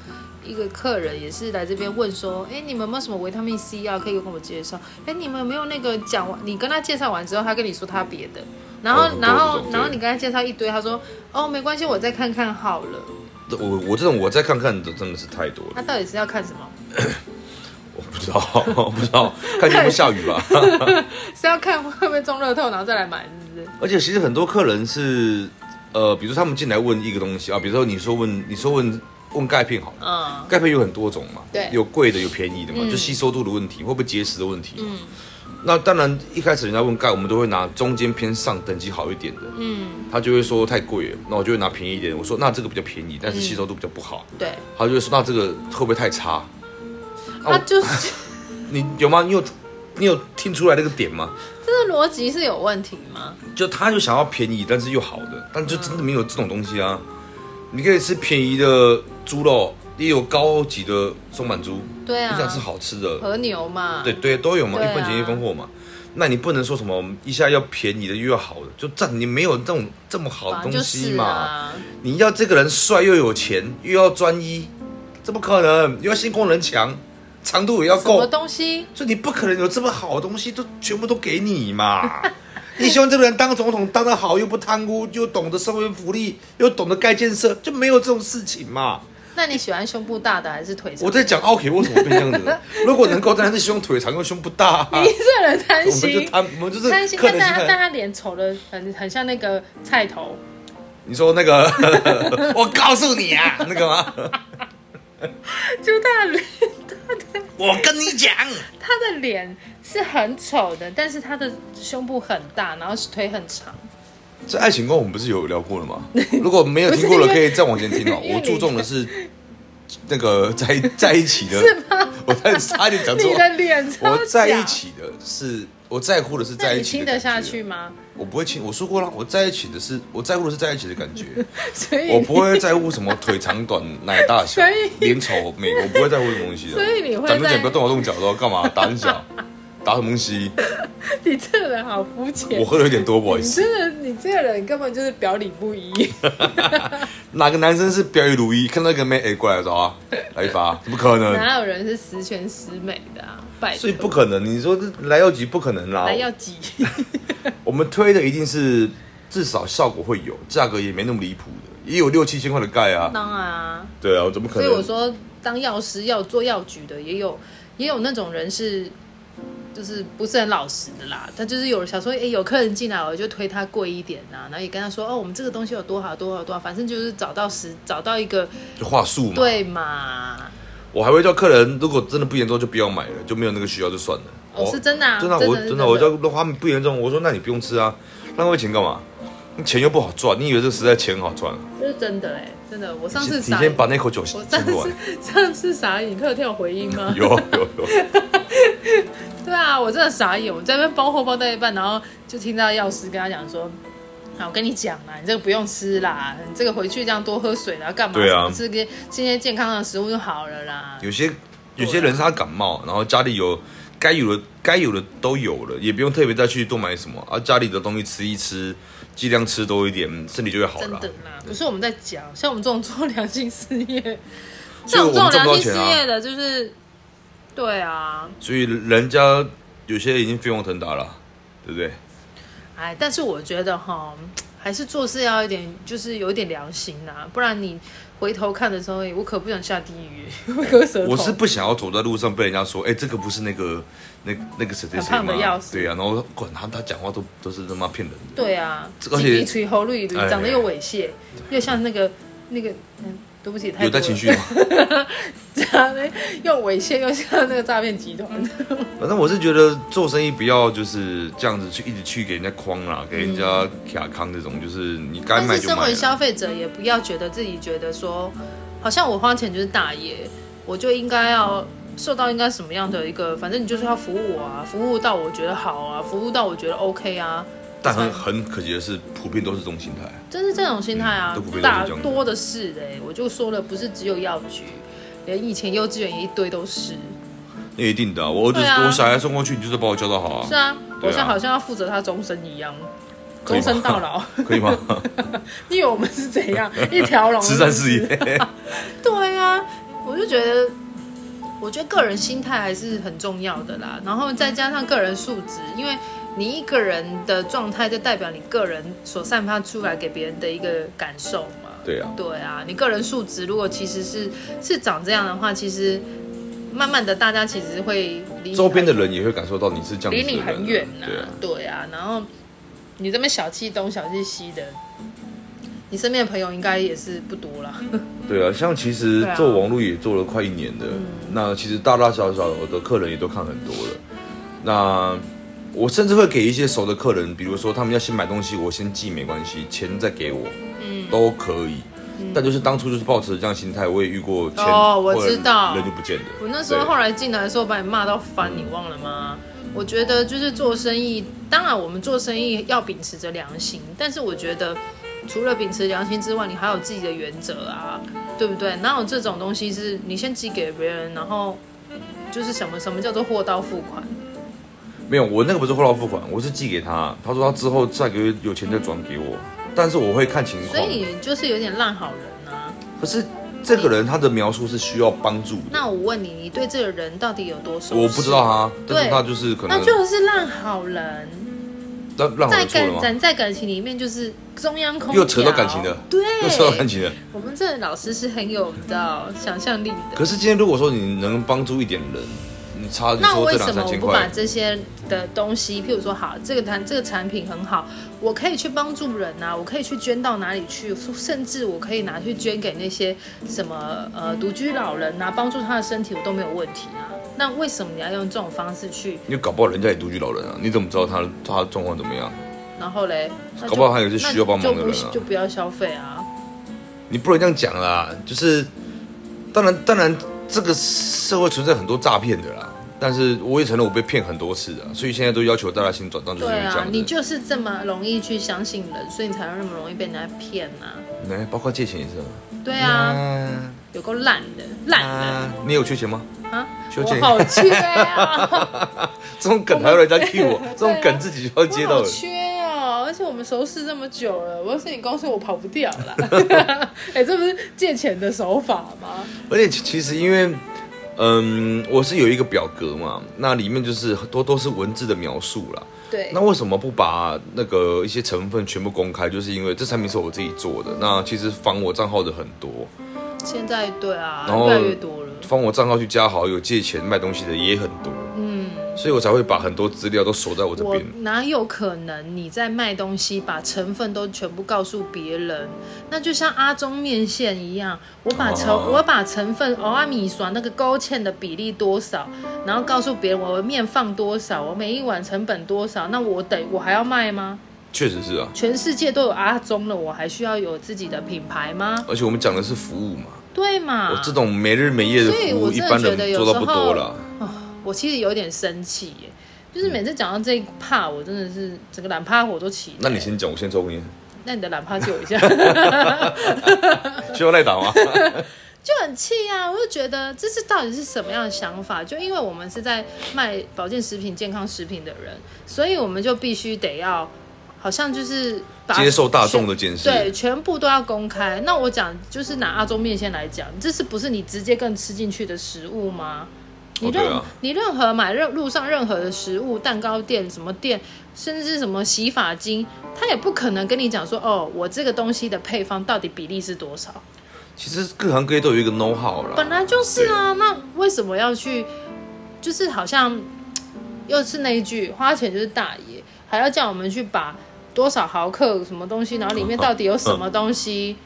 Speaker 2: 一个客人也是来这边问说，哎，你们有没有什么维他命 C 啊，可以跟我介绍？哎，你们有没有那个讲完，你跟他介绍完之后，他跟你说他别的，然后、
Speaker 1: 哦很多
Speaker 2: 然后
Speaker 1: 这种
Speaker 2: 然后
Speaker 1: 对
Speaker 2: 你跟他介绍一堆，他说，哦，没关系，我再看看好了。
Speaker 1: 我我这种我再看看的真的是太多了，
Speaker 2: 他到底是要看什么？
Speaker 1: 我不知道我不知道，看今天下雨吧。
Speaker 2: 是要看会不会中乐透，然后再来买，是不是？
Speaker 1: 而且其实很多客人是，呃，比如说他们进来问一个东西啊，比如说你说问你说问问钙片好了，
Speaker 2: 嗯，
Speaker 1: 钙片有很多种嘛，
Speaker 2: 对
Speaker 1: 有贵的有便宜的嘛，
Speaker 2: 嗯
Speaker 1: 就吸收度的问题，会不会结石的问题，嗯，那当然一开始人家问钙，我们都会拿中间偏上等级好一点的，
Speaker 2: 嗯，
Speaker 1: 他就会说太贵了，那我就会拿便宜一点，我说那这个比较便宜，但是吸收度比较不好，
Speaker 2: 对，
Speaker 1: 他就会说那这个会不会太差？那我
Speaker 2: 他啊就是。
Speaker 1: 你有吗？你有你有听出来那个点吗？
Speaker 2: 这个逻辑是有问题吗？
Speaker 1: 就他就想要便宜，但是又好的，但就真的没有这种东西啊。你可以吃便宜的猪肉，也有高级的松板猪，
Speaker 2: 对啊
Speaker 1: 你想吃好吃的，
Speaker 2: 和牛嘛，
Speaker 1: 对，对都有嘛，
Speaker 2: 对啊
Speaker 1: 一分钱一分货嘛。那你不能说什么一下要便宜的又要好的，就占你没有这种这么好
Speaker 2: 反
Speaker 1: 的
Speaker 2: 正
Speaker 1: 哦东
Speaker 2: 就
Speaker 1: 西
Speaker 2: 是
Speaker 1: 嘛。
Speaker 2: 啊，
Speaker 1: 你要这个人帅又有钱又要专一，怎么可能？又要性功能强，长度也要
Speaker 2: 什么
Speaker 1: 够，
Speaker 2: 东西？
Speaker 1: 就你不可能有这么好的东西，都全部都给你
Speaker 2: [laughs]
Speaker 1: 嘛。你希望这个人当总统当得好，又不贪污，又懂得社会福利，又懂得盖建设，就没有这种事情嘛。
Speaker 2: 那你喜欢胸部大的还是腿长？
Speaker 1: 我在讲奥 k 为什么变这样子？如果能够，当然是希望腿长又胸部大、啊。
Speaker 2: 你这人贪
Speaker 1: 我们就
Speaker 2: 心，
Speaker 1: 贪，我们就是
Speaker 2: 贪心。
Speaker 1: 客
Speaker 2: 但
Speaker 1: 人
Speaker 2: 但
Speaker 1: 心
Speaker 2: 他但
Speaker 1: 态。
Speaker 2: 他脸丑的很很像那个菜头，
Speaker 1: 你说那
Speaker 2: [laughs]
Speaker 1: 个，我告诉你啊， [laughs] 那个吗？
Speaker 2: 就他的脸
Speaker 1: 我跟你讲，
Speaker 2: 他的脸是很丑的，但是他的胸部很大，然后腿很长。
Speaker 1: 这爱情观我们不是有聊过了
Speaker 2: [laughs]
Speaker 1: 吗？如果没有听过了，
Speaker 2: 不是因为
Speaker 1: 可以再往前听
Speaker 2: [laughs]
Speaker 1: 哦。
Speaker 2: 因为
Speaker 1: 我
Speaker 2: 你
Speaker 1: 注重的是那个在在一起的，
Speaker 2: 是吗？
Speaker 1: [laughs] 我在差点讲错
Speaker 2: 你。的脸超
Speaker 1: 我在一
Speaker 2: 假，
Speaker 1: 起的是，我在乎的是
Speaker 2: 那
Speaker 1: 在
Speaker 2: 你
Speaker 1: 一起
Speaker 2: 亲
Speaker 1: 的
Speaker 2: 得
Speaker 1: 感
Speaker 2: 下
Speaker 1: 觉
Speaker 2: 去？吗？
Speaker 1: 我不会亲，我说过了，我在一起的是，我在乎的是在一起的感觉，
Speaker 2: 所以
Speaker 1: 我不会在乎什么腿长短、奶大小
Speaker 2: [laughs] 所以、
Speaker 1: 脸丑美，我不会在乎这种东西的。
Speaker 2: 所以你会
Speaker 1: 讲就
Speaker 2: 在
Speaker 1: 讲，不要动手动脚的哦，干嘛打很小，打什么东西？
Speaker 2: 你这人好肤
Speaker 1: 我
Speaker 2: 浅。
Speaker 1: 喝的有点
Speaker 2: [laughs]
Speaker 1: 多，不好意
Speaker 2: 你
Speaker 1: 思。
Speaker 2: 真的，你这个人根本就是表里
Speaker 1: [laughs]
Speaker 2: 不一。
Speaker 1: 哪个男生是表里如一？看到一个妹，哎、过来找
Speaker 2: [laughs]
Speaker 1: 啊，来一发，怎么可能？
Speaker 2: 哪有人是十全十美的啊？拜托，
Speaker 1: 所以不 [laughs] 可能，你说这来药局不可能啦
Speaker 2: 还。要挤。
Speaker 1: 我们推的一定是至少效果会有，价格也没那么离谱的，也有六七千块的钙啊。
Speaker 2: 当然啊，
Speaker 1: 对啊，我怎么可
Speaker 2: 所以
Speaker 1: 能？
Speaker 2: 我说当药师要做药局的也有也有那种人是。就是不是很老实的啦，他就是有人想说，哎、有客人进来，我就推他贵一点呐、然后也跟他说，哦，我们这个东西有多好多好多好，反正就是找到时找到一个
Speaker 1: 就话术嘛。，
Speaker 2: 对嘛，
Speaker 1: 我还会叫客人，如果真的不严重就不要买了，就没有那个需要就算了。
Speaker 2: 哦
Speaker 1: 我
Speaker 2: 是真的啊
Speaker 1: 真的啊，
Speaker 2: 真的
Speaker 1: 我
Speaker 2: 是
Speaker 1: 真
Speaker 2: 真的
Speaker 1: 的，我叫他们不严重，我说那你不用吃啊，浪费钱干嘛？那钱又不好赚，你以为这个时代钱好赚啊？
Speaker 2: 这是真的哎、真的，我上次
Speaker 1: 你
Speaker 2: 傻
Speaker 1: 先把那口酒
Speaker 2: 我
Speaker 1: 先
Speaker 2: 上
Speaker 1: 喝完
Speaker 2: 次。上次傻眼，你客厅有回音吗？
Speaker 1: 有有有，
Speaker 2: 对啊，我真的傻眼，我在那边包货包到一半，然后就听到药师跟他讲说。啊，我跟你讲啦，你这个不用吃啦，你这个回去这样多喝水啦，干嘛？
Speaker 1: 对啊
Speaker 2: 什么吃些吃些健康的食物就好了啦。
Speaker 1: 有些有些人是他感冒，然后家里有该有的该有的都有了，也不用特别再去多买什么，啊，家里的东西吃一吃，尽量吃多一点，身体就会好
Speaker 2: 真
Speaker 1: 了
Speaker 2: 的。啦，不是我们在讲，像我们这种做良性事业，
Speaker 1: 所以
Speaker 2: 像
Speaker 1: 我
Speaker 2: 这种
Speaker 1: 们赚不
Speaker 2: 良
Speaker 1: 到
Speaker 2: 性
Speaker 1: 钱
Speaker 2: 事
Speaker 1: 啊
Speaker 2: 业，的，就是对啊，
Speaker 1: 所以人家有些已经飞黄腾达了，对不对？
Speaker 2: 哎，但是我觉得哈，还是做事要一点，就是有一点良心呐、不然你回头看的时候，我可不想下地狱， [laughs] 会割舌头。
Speaker 1: 我是不想要走在路上被人家说，哎、这个不是那个那那个谁谁谁
Speaker 2: 很胖的
Speaker 1: 吗
Speaker 2: 要？死
Speaker 1: 对呀、啊，然后管他他讲话都都是他妈骗人的。
Speaker 2: 对啊，
Speaker 1: 这而且
Speaker 2: 吹喉绿驴，
Speaker 1: 哎
Speaker 2: 长得又猥亵，又像那个那个，嗯，对不起，太
Speaker 1: 有带
Speaker 2: 多了
Speaker 1: 情绪，啊
Speaker 2: [laughs]
Speaker 1: 吗？ [laughs]
Speaker 2: 长得又猥亵又像那个诈骗集
Speaker 1: [laughs]
Speaker 2: 团。
Speaker 1: 反正我是觉得做生意不要就是这样子去一直去给人家框啦，给人家卡康这种，就是你该
Speaker 2: 嗯但
Speaker 1: 买
Speaker 2: 是
Speaker 1: 就
Speaker 2: 身
Speaker 1: 买
Speaker 2: 为
Speaker 1: 啊。
Speaker 2: 消费者，也不要觉得自己觉得说，好像我花钱就是大爷，我就应该要受到应该什么样的一个，反正你就是要服务我啊，服务到我觉得好啊，服务到我觉得 OK 啊，
Speaker 1: 但很很可惜的是，普遍都是这种心态。
Speaker 2: 真是这种心态啊
Speaker 1: 嗯都不被，
Speaker 2: 大
Speaker 1: 人家讲
Speaker 2: 多的是哎、我就说了，不是只有药局，连以前幼稚园也一堆都是。
Speaker 1: 那一定的啊、我儿子、
Speaker 2: 对啊
Speaker 1: 我小孩送过去，你就是把我教到好啊
Speaker 2: 是，啊，
Speaker 1: 对啊
Speaker 2: 我像好像要负责他终身一样，
Speaker 1: 可以
Speaker 2: 终
Speaker 1: 吗
Speaker 2: 身到
Speaker 1: [laughs]
Speaker 2: 老。
Speaker 1: 可
Speaker 2: [laughs]
Speaker 1: 以吗？
Speaker 2: 你以为我们是怎
Speaker 1: [laughs]
Speaker 2: 样一条龙？
Speaker 1: 慈善事业。
Speaker 2: [laughs] 对啊，我就觉得，我觉得个人心态还是很重要的啦。然后再加上个人素质，因为你一个人的状态就代表你个人所散发出来给别人的一个感受嘛。
Speaker 1: 对啊，
Speaker 2: 对啊，你个人素质如果其实是是长这样的话，其实慢慢的大家其实会离你
Speaker 1: 周边的
Speaker 2: 很
Speaker 1: 人也会感受到你是这样子的
Speaker 2: 离
Speaker 1: 人啊，
Speaker 2: 你很远呐、
Speaker 1: 对啊，
Speaker 2: 对啊，然后你这边小气东小气西的，你身边的朋友应该也是不多啦。 [laughs]
Speaker 1: 对啊，像其实
Speaker 2: 对啊嗯
Speaker 1: 做网络也做了快一年的，那其实大大小小的客人也都看很多了。那我甚至会给一些熟的客人，比如说他们要先买东西，我先寄没关系，钱再给我，嗯，都可以。但就是当初就是抱持这样心态，我也遇过钱，
Speaker 2: 嗯哦我
Speaker 1: 后来
Speaker 2: 知道
Speaker 1: 人就不见了。
Speaker 2: 我那时候
Speaker 1: 对
Speaker 2: 后来进来的时候把你骂到翻，你忘了吗？我觉得就是做生意，当然我们做生意要秉持着良心，但是我觉得除了秉持良心之外，你还有自己的原则啊，对不对？哪有这种东西是你先寄给别人，然后就是什么什么叫做货到付款？
Speaker 1: 没有，我那个不是后到付款，我是寄给他，他说他之后下个月有钱再转给我，但是我会看情
Speaker 2: 嗯所
Speaker 1: 况
Speaker 2: 以。你就是有点烂好人啊。
Speaker 1: 可是这个人他的描述是需要帮助的，
Speaker 2: 那我问你，你对这个人到底有多熟？
Speaker 1: 我不知道，他，但是
Speaker 2: 对
Speaker 1: 他就是可能
Speaker 2: 那就是烂好人。
Speaker 1: 那让
Speaker 2: 在
Speaker 1: 我错了
Speaker 2: 感
Speaker 1: 吗？
Speaker 2: 在感情里面就是中央空调，
Speaker 1: 又扯到感情了
Speaker 2: 对，
Speaker 1: 又扯到感情了。
Speaker 2: 我们这老师是很有的想象力的。
Speaker 1: 可是今天如果说你能帮助一点人，你差你
Speaker 2: 那
Speaker 1: 说
Speaker 2: 为
Speaker 1: 这
Speaker 2: 什
Speaker 1: 两
Speaker 2: 么
Speaker 1: 三
Speaker 2: 我
Speaker 1: 千
Speaker 2: 不把
Speaker 1: 块，
Speaker 2: 这些的东西，譬如说，好，这个产这个产品很好，我可以去帮助人啊，我可以去捐到哪里去，甚至我可以拿去捐给那些什么呃独居老人啊，帮助他的身体，我都没有问题啊。那为什么你要用这种方式去？
Speaker 1: 你搞不好人家也独居老人啊，你怎么知道他他状况怎么样？
Speaker 2: 然后嘞，那就
Speaker 1: 搞不好他也是需要帮忙的
Speaker 2: 那
Speaker 1: 人啊
Speaker 2: 就不就不要消费啊。
Speaker 1: 你不能这样讲啦，就是当然当然这个社会存在很多诈骗的啦。但是我也承认我被骗很多次啊，所以现在都要求大家先转账，就是因
Speaker 2: 对
Speaker 1: 为这
Speaker 2: 啊，
Speaker 1: 样
Speaker 2: 你
Speaker 1: 子。
Speaker 2: 就是这么容易去相信人，所以你才会那么容易被人家骗呐、
Speaker 1: 来、包括借钱也是啊。
Speaker 2: 对
Speaker 1: 对
Speaker 2: 啊，有够烂的，烂人
Speaker 1: 啊，你有缺钱吗？
Speaker 2: 啊！
Speaker 1: [laughs] 修剪
Speaker 2: 我好缺
Speaker 1: [laughs]
Speaker 2: 啊，
Speaker 1: 这种梗还要人家 cue
Speaker 2: [laughs]
Speaker 1: 我，这种梗自己就要接
Speaker 2: 我
Speaker 1: 到
Speaker 2: 好
Speaker 1: 了。
Speaker 2: 缺啊！而且我们熟识这么久了，我要是你公司我跑不掉
Speaker 1: [laughs]
Speaker 2: 啦。哎、这不是借钱的手法吗？
Speaker 1: 而且其其实因为嗯，我是有一个表格嘛，那里面就是都都是文字的描述啦。
Speaker 2: 对
Speaker 1: 那为什么不把那个一些成分全部公开？就是因为这产品是我自己做的，那其实仿我账号的很多，
Speaker 2: 现在对啊，
Speaker 1: 然后
Speaker 2: 越来越多了。
Speaker 1: 仿我账号去加好友、借钱卖东西的也很多，嗯，所以我才会把很多资料都锁在我这
Speaker 2: 我
Speaker 1: 边。
Speaker 2: 哪有可能你在卖东西把成分都全部告诉别人？那就像阿中面线一样，我把成、
Speaker 1: 哦
Speaker 2: 我把成分欧阿米酸那个勾芡的比例多少，然后告诉别人我的面放多少，我每一碗成本多少，那我等我还要卖吗？
Speaker 1: 确实是啊，
Speaker 2: 全世界都有阿中了，我还需要有自己的品
Speaker 1: [laughs]
Speaker 2: 牌吗？
Speaker 1: 而且我们讲的是服务嘛，
Speaker 2: 对嘛？
Speaker 1: 我这种没日没夜的
Speaker 2: 啊所以
Speaker 1: 服
Speaker 2: 我
Speaker 1: 务，一
Speaker 2: 真的
Speaker 1: 般
Speaker 2: 觉得
Speaker 1: 人
Speaker 2: 有
Speaker 1: 做到
Speaker 2: 时
Speaker 1: 不多
Speaker 2: 候
Speaker 1: 啦。
Speaker 2: 我其实有点生气耶，
Speaker 1: 嗯
Speaker 2: 就是每次讲到这一趴，我真的是整个懒趴火都起来。
Speaker 1: 那你先讲，我先
Speaker 2: [laughs]
Speaker 1: 抽烟，
Speaker 2: 那你的懒趴借我一下，
Speaker 1: [laughs] 需要赖打吗？
Speaker 2: 啊就很气啊！我就觉得这是到底是什么样的想法？就因为我们是在卖保健食品、健康食品的人，所以我们就必须得要，好像就是把
Speaker 1: 接受大众的检视。
Speaker 2: 对，全部都要公开。那我讲就是拿阿中面线来讲，这是不是你直接更吃进去的食物吗？你
Speaker 1: 哦
Speaker 2: 任、
Speaker 1: 对啊
Speaker 2: 你任何买任路上任何的食物，蛋糕店什么店，甚至什么洗发精，他也不可能跟你讲说哦，我这个东西的配方到底比例是多少。
Speaker 1: 其实各行各业都有一个 know how 啦。
Speaker 2: 本来就是啊，那为什么要去？就是好像又是那一句，花钱就是大爷，还要叫我们去把多少毫克什么东西，然后里面到底有什么东西？
Speaker 1: 嗯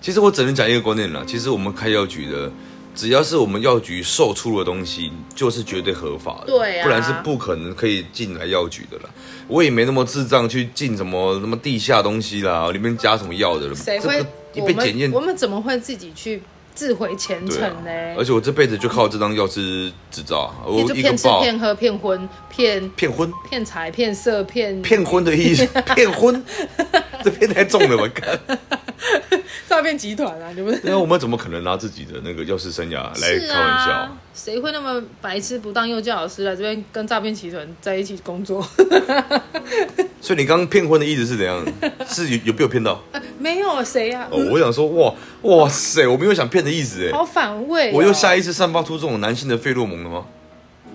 Speaker 1: 其实我只能讲一个观念啦，其实我们开药局的，只要是我们药局售出的东西，就是绝对合法的，
Speaker 2: 对啊
Speaker 1: 不然是不可能可以进来药局的啦。我也没那么智障去进什么什么地下东西啦，里面加什么药的了，
Speaker 2: 谁
Speaker 1: 这
Speaker 2: 会
Speaker 1: 个？一被检验
Speaker 2: 我们我们怎么会自己去自毁前程
Speaker 1: 对啊
Speaker 2: 呢？，
Speaker 1: 而且我这辈子就靠这张药师执照啊，我
Speaker 2: 你就
Speaker 1: 一个
Speaker 2: 骗吃
Speaker 1: 报
Speaker 2: 骗喝骗婚骗
Speaker 1: 骗婚。
Speaker 2: 骗财骗色骗
Speaker 1: 骗婚的
Speaker 2: [laughs]
Speaker 1: 意思，骗婚，这骗太重了吧？看， [laughs]
Speaker 2: 诈骗集团啊！你们
Speaker 1: 那我们怎么可能拿自己的那个药师生涯来
Speaker 2: 是
Speaker 1: 开玩笑？
Speaker 2: 啊，谁会那么白痴不当幼教老师来这边跟诈骗集团在一起工作？ [laughs]
Speaker 1: 所以你刚刚骗婚的意思是怎样？是有有被我骗到？
Speaker 2: 没有谁啊，
Speaker 1: 哦，我想说，哇哇塞，我没有想骗的意思哎，
Speaker 2: 好反胃、啊
Speaker 1: 我又下
Speaker 2: 一，
Speaker 1: 意识散发出这种男性的费洛蒙了吗？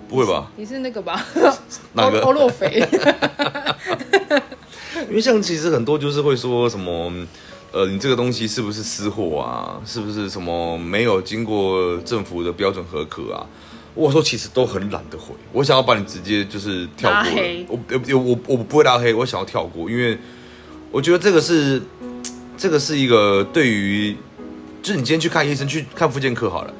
Speaker 1: 不会吧？
Speaker 2: 你是那个吧？
Speaker 1: [laughs] 哪个
Speaker 2: [laughs] 欧欧
Speaker 1: [laughs]
Speaker 2: 洛肥？
Speaker 1: 因为像其实很多就是会说什么，呃，你这个东西是不是私货啊？是不是什么没有经过政府的标准合格啊？我说其实都很懒得回，我想要把你直接就是跳
Speaker 2: 拉
Speaker 1: 过了
Speaker 2: 黑，
Speaker 1: 我呃我我我不会拉黑，我想要跳过，因为我觉得这个是这个是一个对于，就是你今天去看医生去看复健科好了。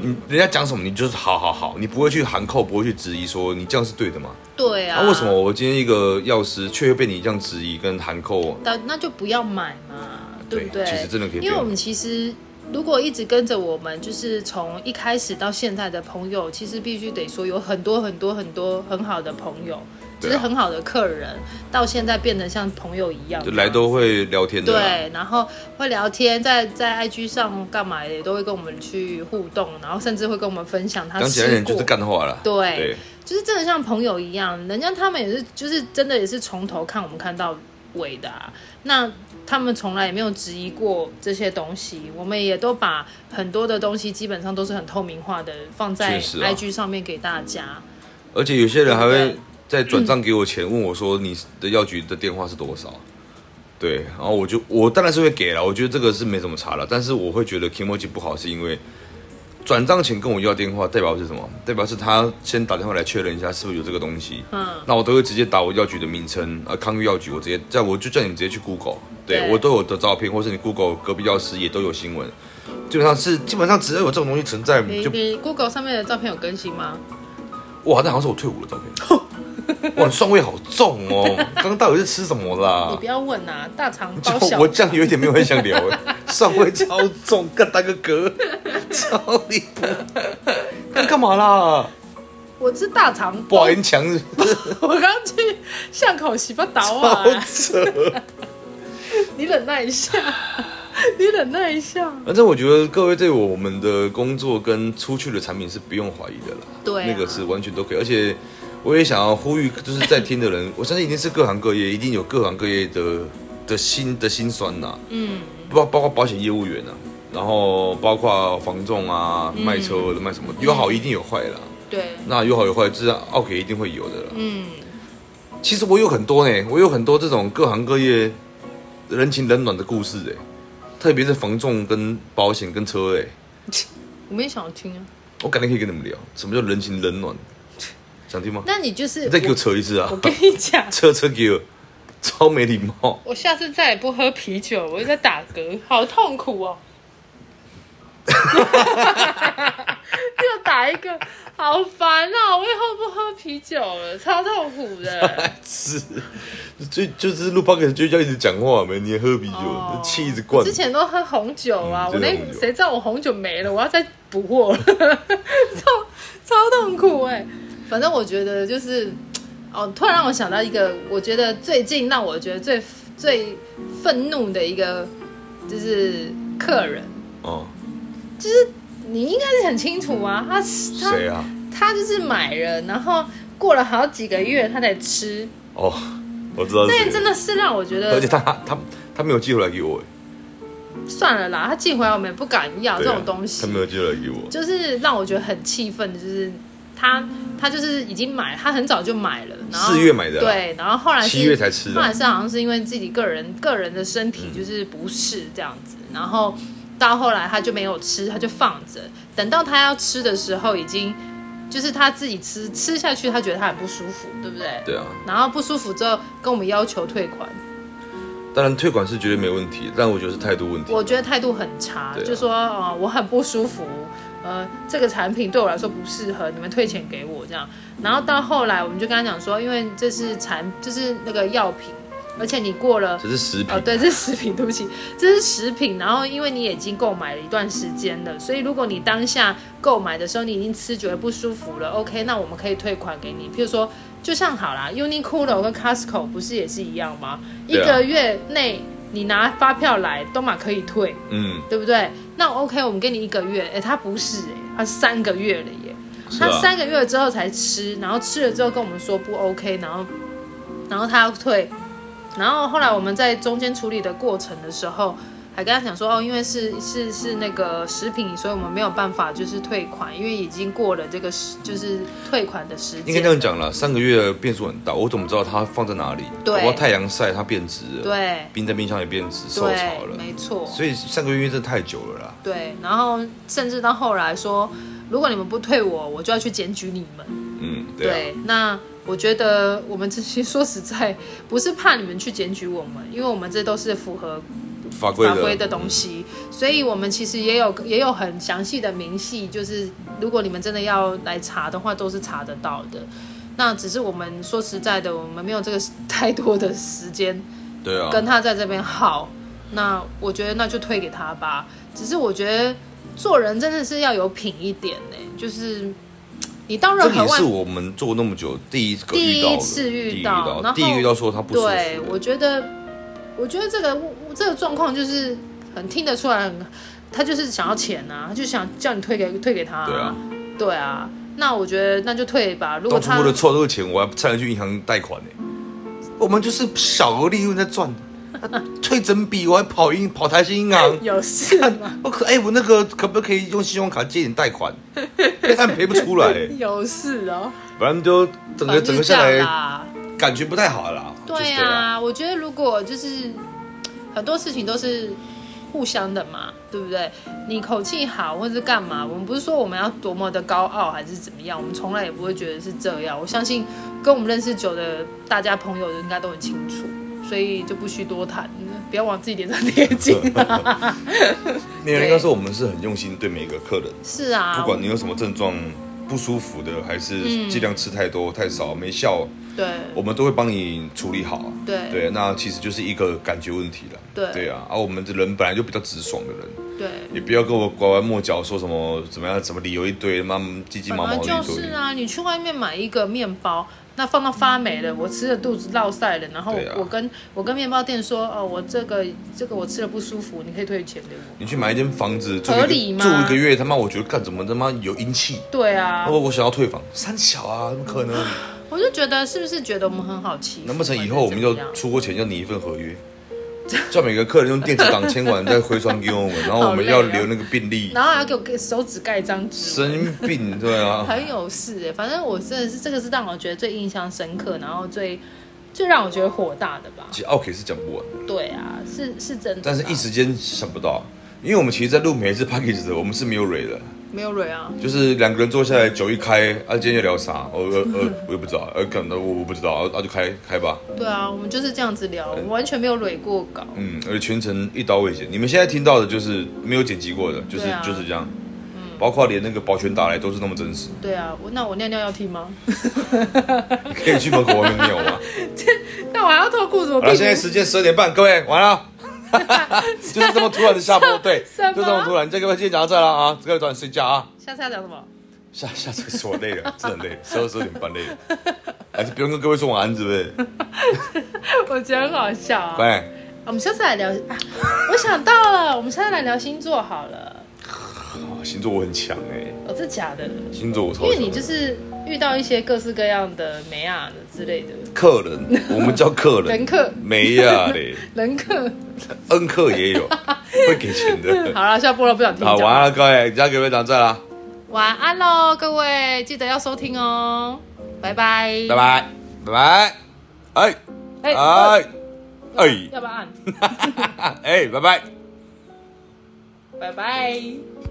Speaker 1: 嗯，人家讲什么，你就是好好好，你不会去含扣，不会去质疑说你这样是对的吗？
Speaker 2: 对啊，
Speaker 1: 啊，为什么？我今天一个药师却又被你这样质疑跟含扣？
Speaker 2: 那那就不要买嘛，对不对？
Speaker 1: 对其实真的可以不
Speaker 2: 因
Speaker 1: 要
Speaker 2: 为我们其实如果一直跟着我们，就是从一开始到现在的朋友，其实必须得说有很多很多很多很好的朋友，就
Speaker 1: 对啊
Speaker 2: 是很好的客人，到现在变得像朋友一样
Speaker 1: 就，来都会聊天的、啊，
Speaker 2: 对，然后会聊天，在在 IG 上干嘛也都会跟我们去互动，然后甚至会跟我们分享他
Speaker 1: 讲起来
Speaker 2: 吃
Speaker 1: 人
Speaker 2: 过
Speaker 1: 就是干话啦。
Speaker 2: 啊对
Speaker 1: 对，
Speaker 2: 就是真的像朋友一样，人家他们也是，就是真的也是从头看我们看到尾的、啊，那他们从来也没有质疑过这些东西，我们也都把很多的东西基本上都是很透明化的放在
Speaker 1: 确实啊
Speaker 2: IG 上面给大家。
Speaker 1: 而且有些人还
Speaker 2: 对
Speaker 1: 会在转账给我钱，问我说你的药局的电话是多少？对，然后我就我当然是会给了，我觉得这个是没什么差了，但是我会觉得 k i m o j i 不好，是因为转账前跟我要电话，代表是什么？代表是他先打电话来确认一下是不是有这个东西。
Speaker 2: 嗯，
Speaker 1: 那我都会直接打我药局的名称，呃，康裕药局，我直接叫我就叫你们直接去 Google，对
Speaker 2: 对
Speaker 1: 我都有的照片，或是你 Google 隔壁药师也都有新闻，基本上是基本上只要有这种东西存在，
Speaker 2: 你
Speaker 1: 就
Speaker 2: 你 Google 上面的照片有更新吗？
Speaker 1: 哇，那好像是我退伍的照片， [laughs] 哇，你蒜味好重哦，刚刚到底是吃什么
Speaker 2: 你
Speaker 1: 啦
Speaker 2: 不？要问啊，大肠
Speaker 1: 就
Speaker 2: 包小
Speaker 1: 我这样有一点没有很想聊，哎蒜味超重，干大哥哥，超离谱，干干嘛啦？
Speaker 2: 我吃大肠包，
Speaker 1: 不好意强是不是
Speaker 2: 我刚去巷口洗把刀
Speaker 1: 好
Speaker 2: 啊，
Speaker 1: 扯。哦
Speaker 2: 你忍耐一下，你忍耐一下。
Speaker 1: 反正我觉得各位对我们的工作跟出去的产品是不用怀疑的啦，
Speaker 2: 对啊
Speaker 1: 那个是完全都可以。而且我也想要呼吁，就是在听的
Speaker 2: [laughs]
Speaker 1: 人，我相信一定是各行各业，一定有各行各业的的心的心酸呐、嗯，包包括保险业务员呐、啊，然后包括房仲啊、
Speaker 2: 嗯
Speaker 1: 卖车的、卖什么，有好一定有坏啦。
Speaker 2: 对，
Speaker 1: 那有好有坏，这奥给一定会有的啦。
Speaker 2: 嗯，
Speaker 1: 其实我有很多呢，我有很多这种各行各业人情冷暖的故事哎，特别是房仲跟保险跟车哎，
Speaker 2: 我们也想听啊。
Speaker 1: 我改天可以跟你们聊什么叫人情冷暖，想听吗？
Speaker 2: 那你就是
Speaker 1: 你再给我
Speaker 2: 我，
Speaker 1: 扯一次啊
Speaker 2: 我！跟你讲，
Speaker 1: 车车给我，超没礼貌。
Speaker 2: 我下次再也不喝啤酒，我一直在打嗝，好痛苦哦。 [laughs] 又打一个，好烦啊！我以后不喝啤酒了，超痛苦的。
Speaker 1: 哎是，就就是录 p o d 就要一直讲话没？你也喝啤
Speaker 2: 哦
Speaker 1: 酒，气、一直灌
Speaker 2: 之。前都喝红酒啊，
Speaker 1: 嗯
Speaker 2: 我
Speaker 1: 这
Speaker 2: 那
Speaker 1: 个红酒
Speaker 2: 谁知道我红酒没了，我要再补货了， [laughs] 超超痛苦哎、反正我觉得就是，哦，突然让我想到一个，我觉得最近让我觉得最最愤怒的一个就是客人，
Speaker 1: 哦，
Speaker 2: 你应该是很清楚啊，他他
Speaker 1: 谁啊？
Speaker 2: 他就是买了，然后过了好几个月他才吃，
Speaker 1: 哦，我知道是
Speaker 2: 那
Speaker 1: 谁
Speaker 2: 个真
Speaker 1: 了。
Speaker 2: 的是让我觉得
Speaker 1: 而且他他他没有寄回来给我，欸
Speaker 2: 算了啦，他寄回来我们也不敢要
Speaker 1: 对
Speaker 2: 这
Speaker 1: 啊
Speaker 2: 种东西，
Speaker 1: 他没有寄回来给我。
Speaker 2: 就是让我觉得很气愤，就是他他就是已经买，他很早就买了，然后
Speaker 1: 四月买的啊
Speaker 2: 对，然后后来是
Speaker 1: 七月才吃的
Speaker 2: 后来是好像是因为自己个人个人的身体就是不适这样子，然后到后来他就没有吃，他就放着，等到他要吃的时候已经。就是他自己吃吃下去，他觉得他很不舒服，对不对？
Speaker 1: 对啊，
Speaker 2: 然后不舒服之后跟我们要求退款，
Speaker 1: 当然退款是绝对没问题，但我觉得是态度问题。
Speaker 2: 我觉得态度很差，
Speaker 1: 对啊
Speaker 2: 就说哦、呃我很不舒服，呃，这个产品对我来说不适合，你们退钱给我这样。然后到后来，我们就跟他讲说，因为这是产，这是那个药品，而且你过了。
Speaker 1: 只是食品
Speaker 2: 哦，，对，这是食品，对不起，这是食品。然后因为你已经购买了一段时间了，所以如果你当下购买的时候你已经吃觉得不舒服了，OK，那我们可以退款给你。譬如说，就像好啦，Uniqlo 跟 Costco 不是也是一样吗？一
Speaker 1: 对啊
Speaker 2: 个月内你拿发票来，都嘛可以退，
Speaker 1: 嗯，
Speaker 2: 对不对？那 OK，我们给你一个月，哎，他不是哎，他三个月了耶。
Speaker 1: 是
Speaker 2: 他
Speaker 1: 啊，
Speaker 2: 三个月之后才吃，然后吃了之后跟我们说不 OK，然后然后他要退，然后后来我们在中间处理的过程的时候，还跟他讲说哦，因为是是是那个食品，所以我们没有办法就是退款，因为已经过了这个时就是退款的时
Speaker 1: 应该
Speaker 2: 间
Speaker 1: 这。样讲啦，三个月的变数很大，我怎么知道它放在哪里？
Speaker 2: 对
Speaker 1: 包括太阳晒它变质了，
Speaker 2: 对
Speaker 1: 冰在冰箱也变质，受潮
Speaker 2: 对，
Speaker 1: 了，
Speaker 2: 没错。
Speaker 1: 所以三个月真的太久了啦。
Speaker 2: 对，然后甚至到后来说，如果你们不退我，我就要去检举你们。
Speaker 1: 嗯，对啊，
Speaker 2: 对，那我觉得我们这些说实在，不是怕你们去检举我们，因为我们这都是符合
Speaker 1: 法规
Speaker 2: 法
Speaker 1: 的
Speaker 2: 规的东西，所以我们其实也有也有很详细的明细，就是如果你们真的要来查的话，都是查得到的。那只是我们说实在的，我们没有这个太多的时间
Speaker 1: 对啊，
Speaker 2: 跟他在这边耗，那我觉得那就退给他吧。只是我觉得做人真的是要有品一点呢、就是你到
Speaker 1: 这
Speaker 2: 任
Speaker 1: 个
Speaker 2: 何
Speaker 1: 也
Speaker 2: 外
Speaker 1: 是我们做那么久第一个遇到的
Speaker 2: 第一次遇到
Speaker 1: 到，第一
Speaker 2: 然后
Speaker 1: 遇到说他不舒服的，
Speaker 2: 对，我觉得，我觉得这个这个状况就是很听得出来很，他就是想要钱啊，他就想叫你退给退给他、
Speaker 1: 对啊，
Speaker 2: 对啊。那我觉得那就退吧。如果
Speaker 1: 当初
Speaker 2: 他，
Speaker 1: 为了凑这个钱，我还差点去银行贷款呢、我们就是小额利润在赚，啊退整笔我还跑银跑台新银行
Speaker 2: 有事
Speaker 1: [laughs]
Speaker 2: 吗？
Speaker 1: 我可哎、我那个可不可以用信用卡借点贷款？但赔不出来、欸
Speaker 2: 有事哦，
Speaker 1: 反正就整
Speaker 2: 反
Speaker 1: 个
Speaker 2: 正就
Speaker 1: 整个
Speaker 2: 这
Speaker 1: 下
Speaker 2: 样
Speaker 1: 来
Speaker 2: 啦。
Speaker 1: 感觉不太好啦。就是
Speaker 2: 对
Speaker 1: 这样，
Speaker 2: 啊，我觉得如果就是很多事情都是互相的嘛，对不对？你口气好或者是干嘛，我们不是说我们要多么的高傲还是怎么样，我们从来也不会觉得是这样。我相信跟我们认识久的大家朋友应该都很清楚，所以就不需多谈，不要往自己脸上贴金、
Speaker 1: [laughs]
Speaker 2: 啊。
Speaker 1: 没有人该说我们是很用心对每个客人，
Speaker 2: 是啊，
Speaker 1: 不管你有什么症状。不舒服的，还
Speaker 2: 嗯
Speaker 1: 是剂量吃太多、太少、没效，
Speaker 2: 对
Speaker 1: 我们都会帮你处理好啊。
Speaker 2: 对
Speaker 1: 对，那其实就是一个感觉问题了。
Speaker 2: 对
Speaker 1: 对啊，而、我们这人本来就比较直爽的人，
Speaker 2: 对，
Speaker 1: 也不要跟我拐弯抹角说什么怎么样，怎么理由一堆，妈唧唧
Speaker 2: 本
Speaker 1: 毛
Speaker 2: 来
Speaker 1: 毛的
Speaker 2: 就
Speaker 1: 一堆。
Speaker 2: 是啊，你去外面买一个面包，那放到发霉了，我吃的肚子落晒了，然后
Speaker 1: 对啊
Speaker 2: 我跟我跟面包店说，哦，我这个这个我吃了不舒服，你可以退钱给我。
Speaker 1: 你去买一间房子住一
Speaker 2: 合
Speaker 1: 个
Speaker 2: 理吗
Speaker 1: 住一个月，他妈我觉得干怎么他妈有阴气。
Speaker 2: 对啊
Speaker 1: 他，说我想要退房，三小啊，怎么可
Speaker 2: [laughs]
Speaker 1: 能？
Speaker 2: 我就觉得是不是觉得我们很好欺负？
Speaker 1: 难不成以后我们
Speaker 2: 还是
Speaker 1: 就
Speaker 2: 怎么样 [laughs]
Speaker 1: 出国前要拟一份合约？叫每个客人用电子档签完再回传给我们，然后我们
Speaker 2: 啊
Speaker 1: 要留那个病历，
Speaker 2: 然后还要给我给手指盖一张纸，
Speaker 1: 神经病，对啊，
Speaker 2: 很有事哎、反正我真的是这个是让我觉得最印象深刻，然后最最让我觉得火大的吧。
Speaker 1: 其实奥 K 是讲不完的，
Speaker 2: 对啊，是是真的啦，
Speaker 1: 但是一时间想不到，因为我们其实，在录每一次 package 的，我们是没有蕊的，
Speaker 2: 没有蕊啊，
Speaker 1: 就是两个人坐下来，酒一开，啊，今天要聊啥？哦呃
Speaker 2: [laughs]
Speaker 1: 呃，我也不知道，呃，可能我我不知道，啊就开开吧，
Speaker 2: 对啊，我们就是这样子聊，我完全没有蕊过稿。
Speaker 1: 嗯，而且全程一刀未剪。你们现在听到的就是没有剪辑过的，就是、
Speaker 2: 对啊嗯
Speaker 1: 就是这样，包括连那个保全打来都是那么真
Speaker 2: [laughs]
Speaker 1: 实，
Speaker 2: 对啊，我那我尿尿要听吗？ [laughs]
Speaker 1: 你可以去门口外面尿吗？
Speaker 2: 那我还要脱裤子，我
Speaker 1: 好
Speaker 2: 必
Speaker 1: 了，
Speaker 2: 须
Speaker 1: 现在时间十二点半，各位完了。
Speaker 2: [laughs]
Speaker 1: 就是这么突然的下播，对，
Speaker 2: 什么
Speaker 1: 就这么突然。这个今天讲到这了啊，各位早点睡觉啊。
Speaker 2: 下次要讲什么？ [laughs]
Speaker 1: 下下次说累了， [laughs] 真的累了，十二十二点半累了，还是不用跟各位说晚安，是不
Speaker 2: [laughs]
Speaker 1: 是？哎
Speaker 2: 我觉得很好笑啊。
Speaker 1: 乖，
Speaker 2: 我们下次来聊、啊，我想到了，我们下次来聊星座好了。
Speaker 1: 哦星座我很强哎、
Speaker 2: 哦，这假的，
Speaker 1: 星座我超
Speaker 2: 因
Speaker 1: 强的。
Speaker 2: 为你就是遇到一些各式各样的美啊的之类的
Speaker 1: 客
Speaker 2: [laughs]
Speaker 1: 人，我们叫客人，
Speaker 2: 人客
Speaker 1: 没呀、
Speaker 2: [laughs]
Speaker 1: 嘞，
Speaker 2: 人客。
Speaker 1: 恩客也
Speaker 2: [laughs]
Speaker 1: 有，会给钱的。
Speaker 2: 好了，下播了，不想听
Speaker 1: 好，
Speaker 2: 讲。
Speaker 1: 晚安了各位，交给会长在啦，
Speaker 2: 晚安喽，各位，记得要收听哦，拜拜，
Speaker 1: 拜。拜，拜拜，哎
Speaker 2: 哎、
Speaker 1: 哎哎 [laughs]
Speaker 2: 要不要按？
Speaker 1: 哎，拜拜。
Speaker 2: 拜拜。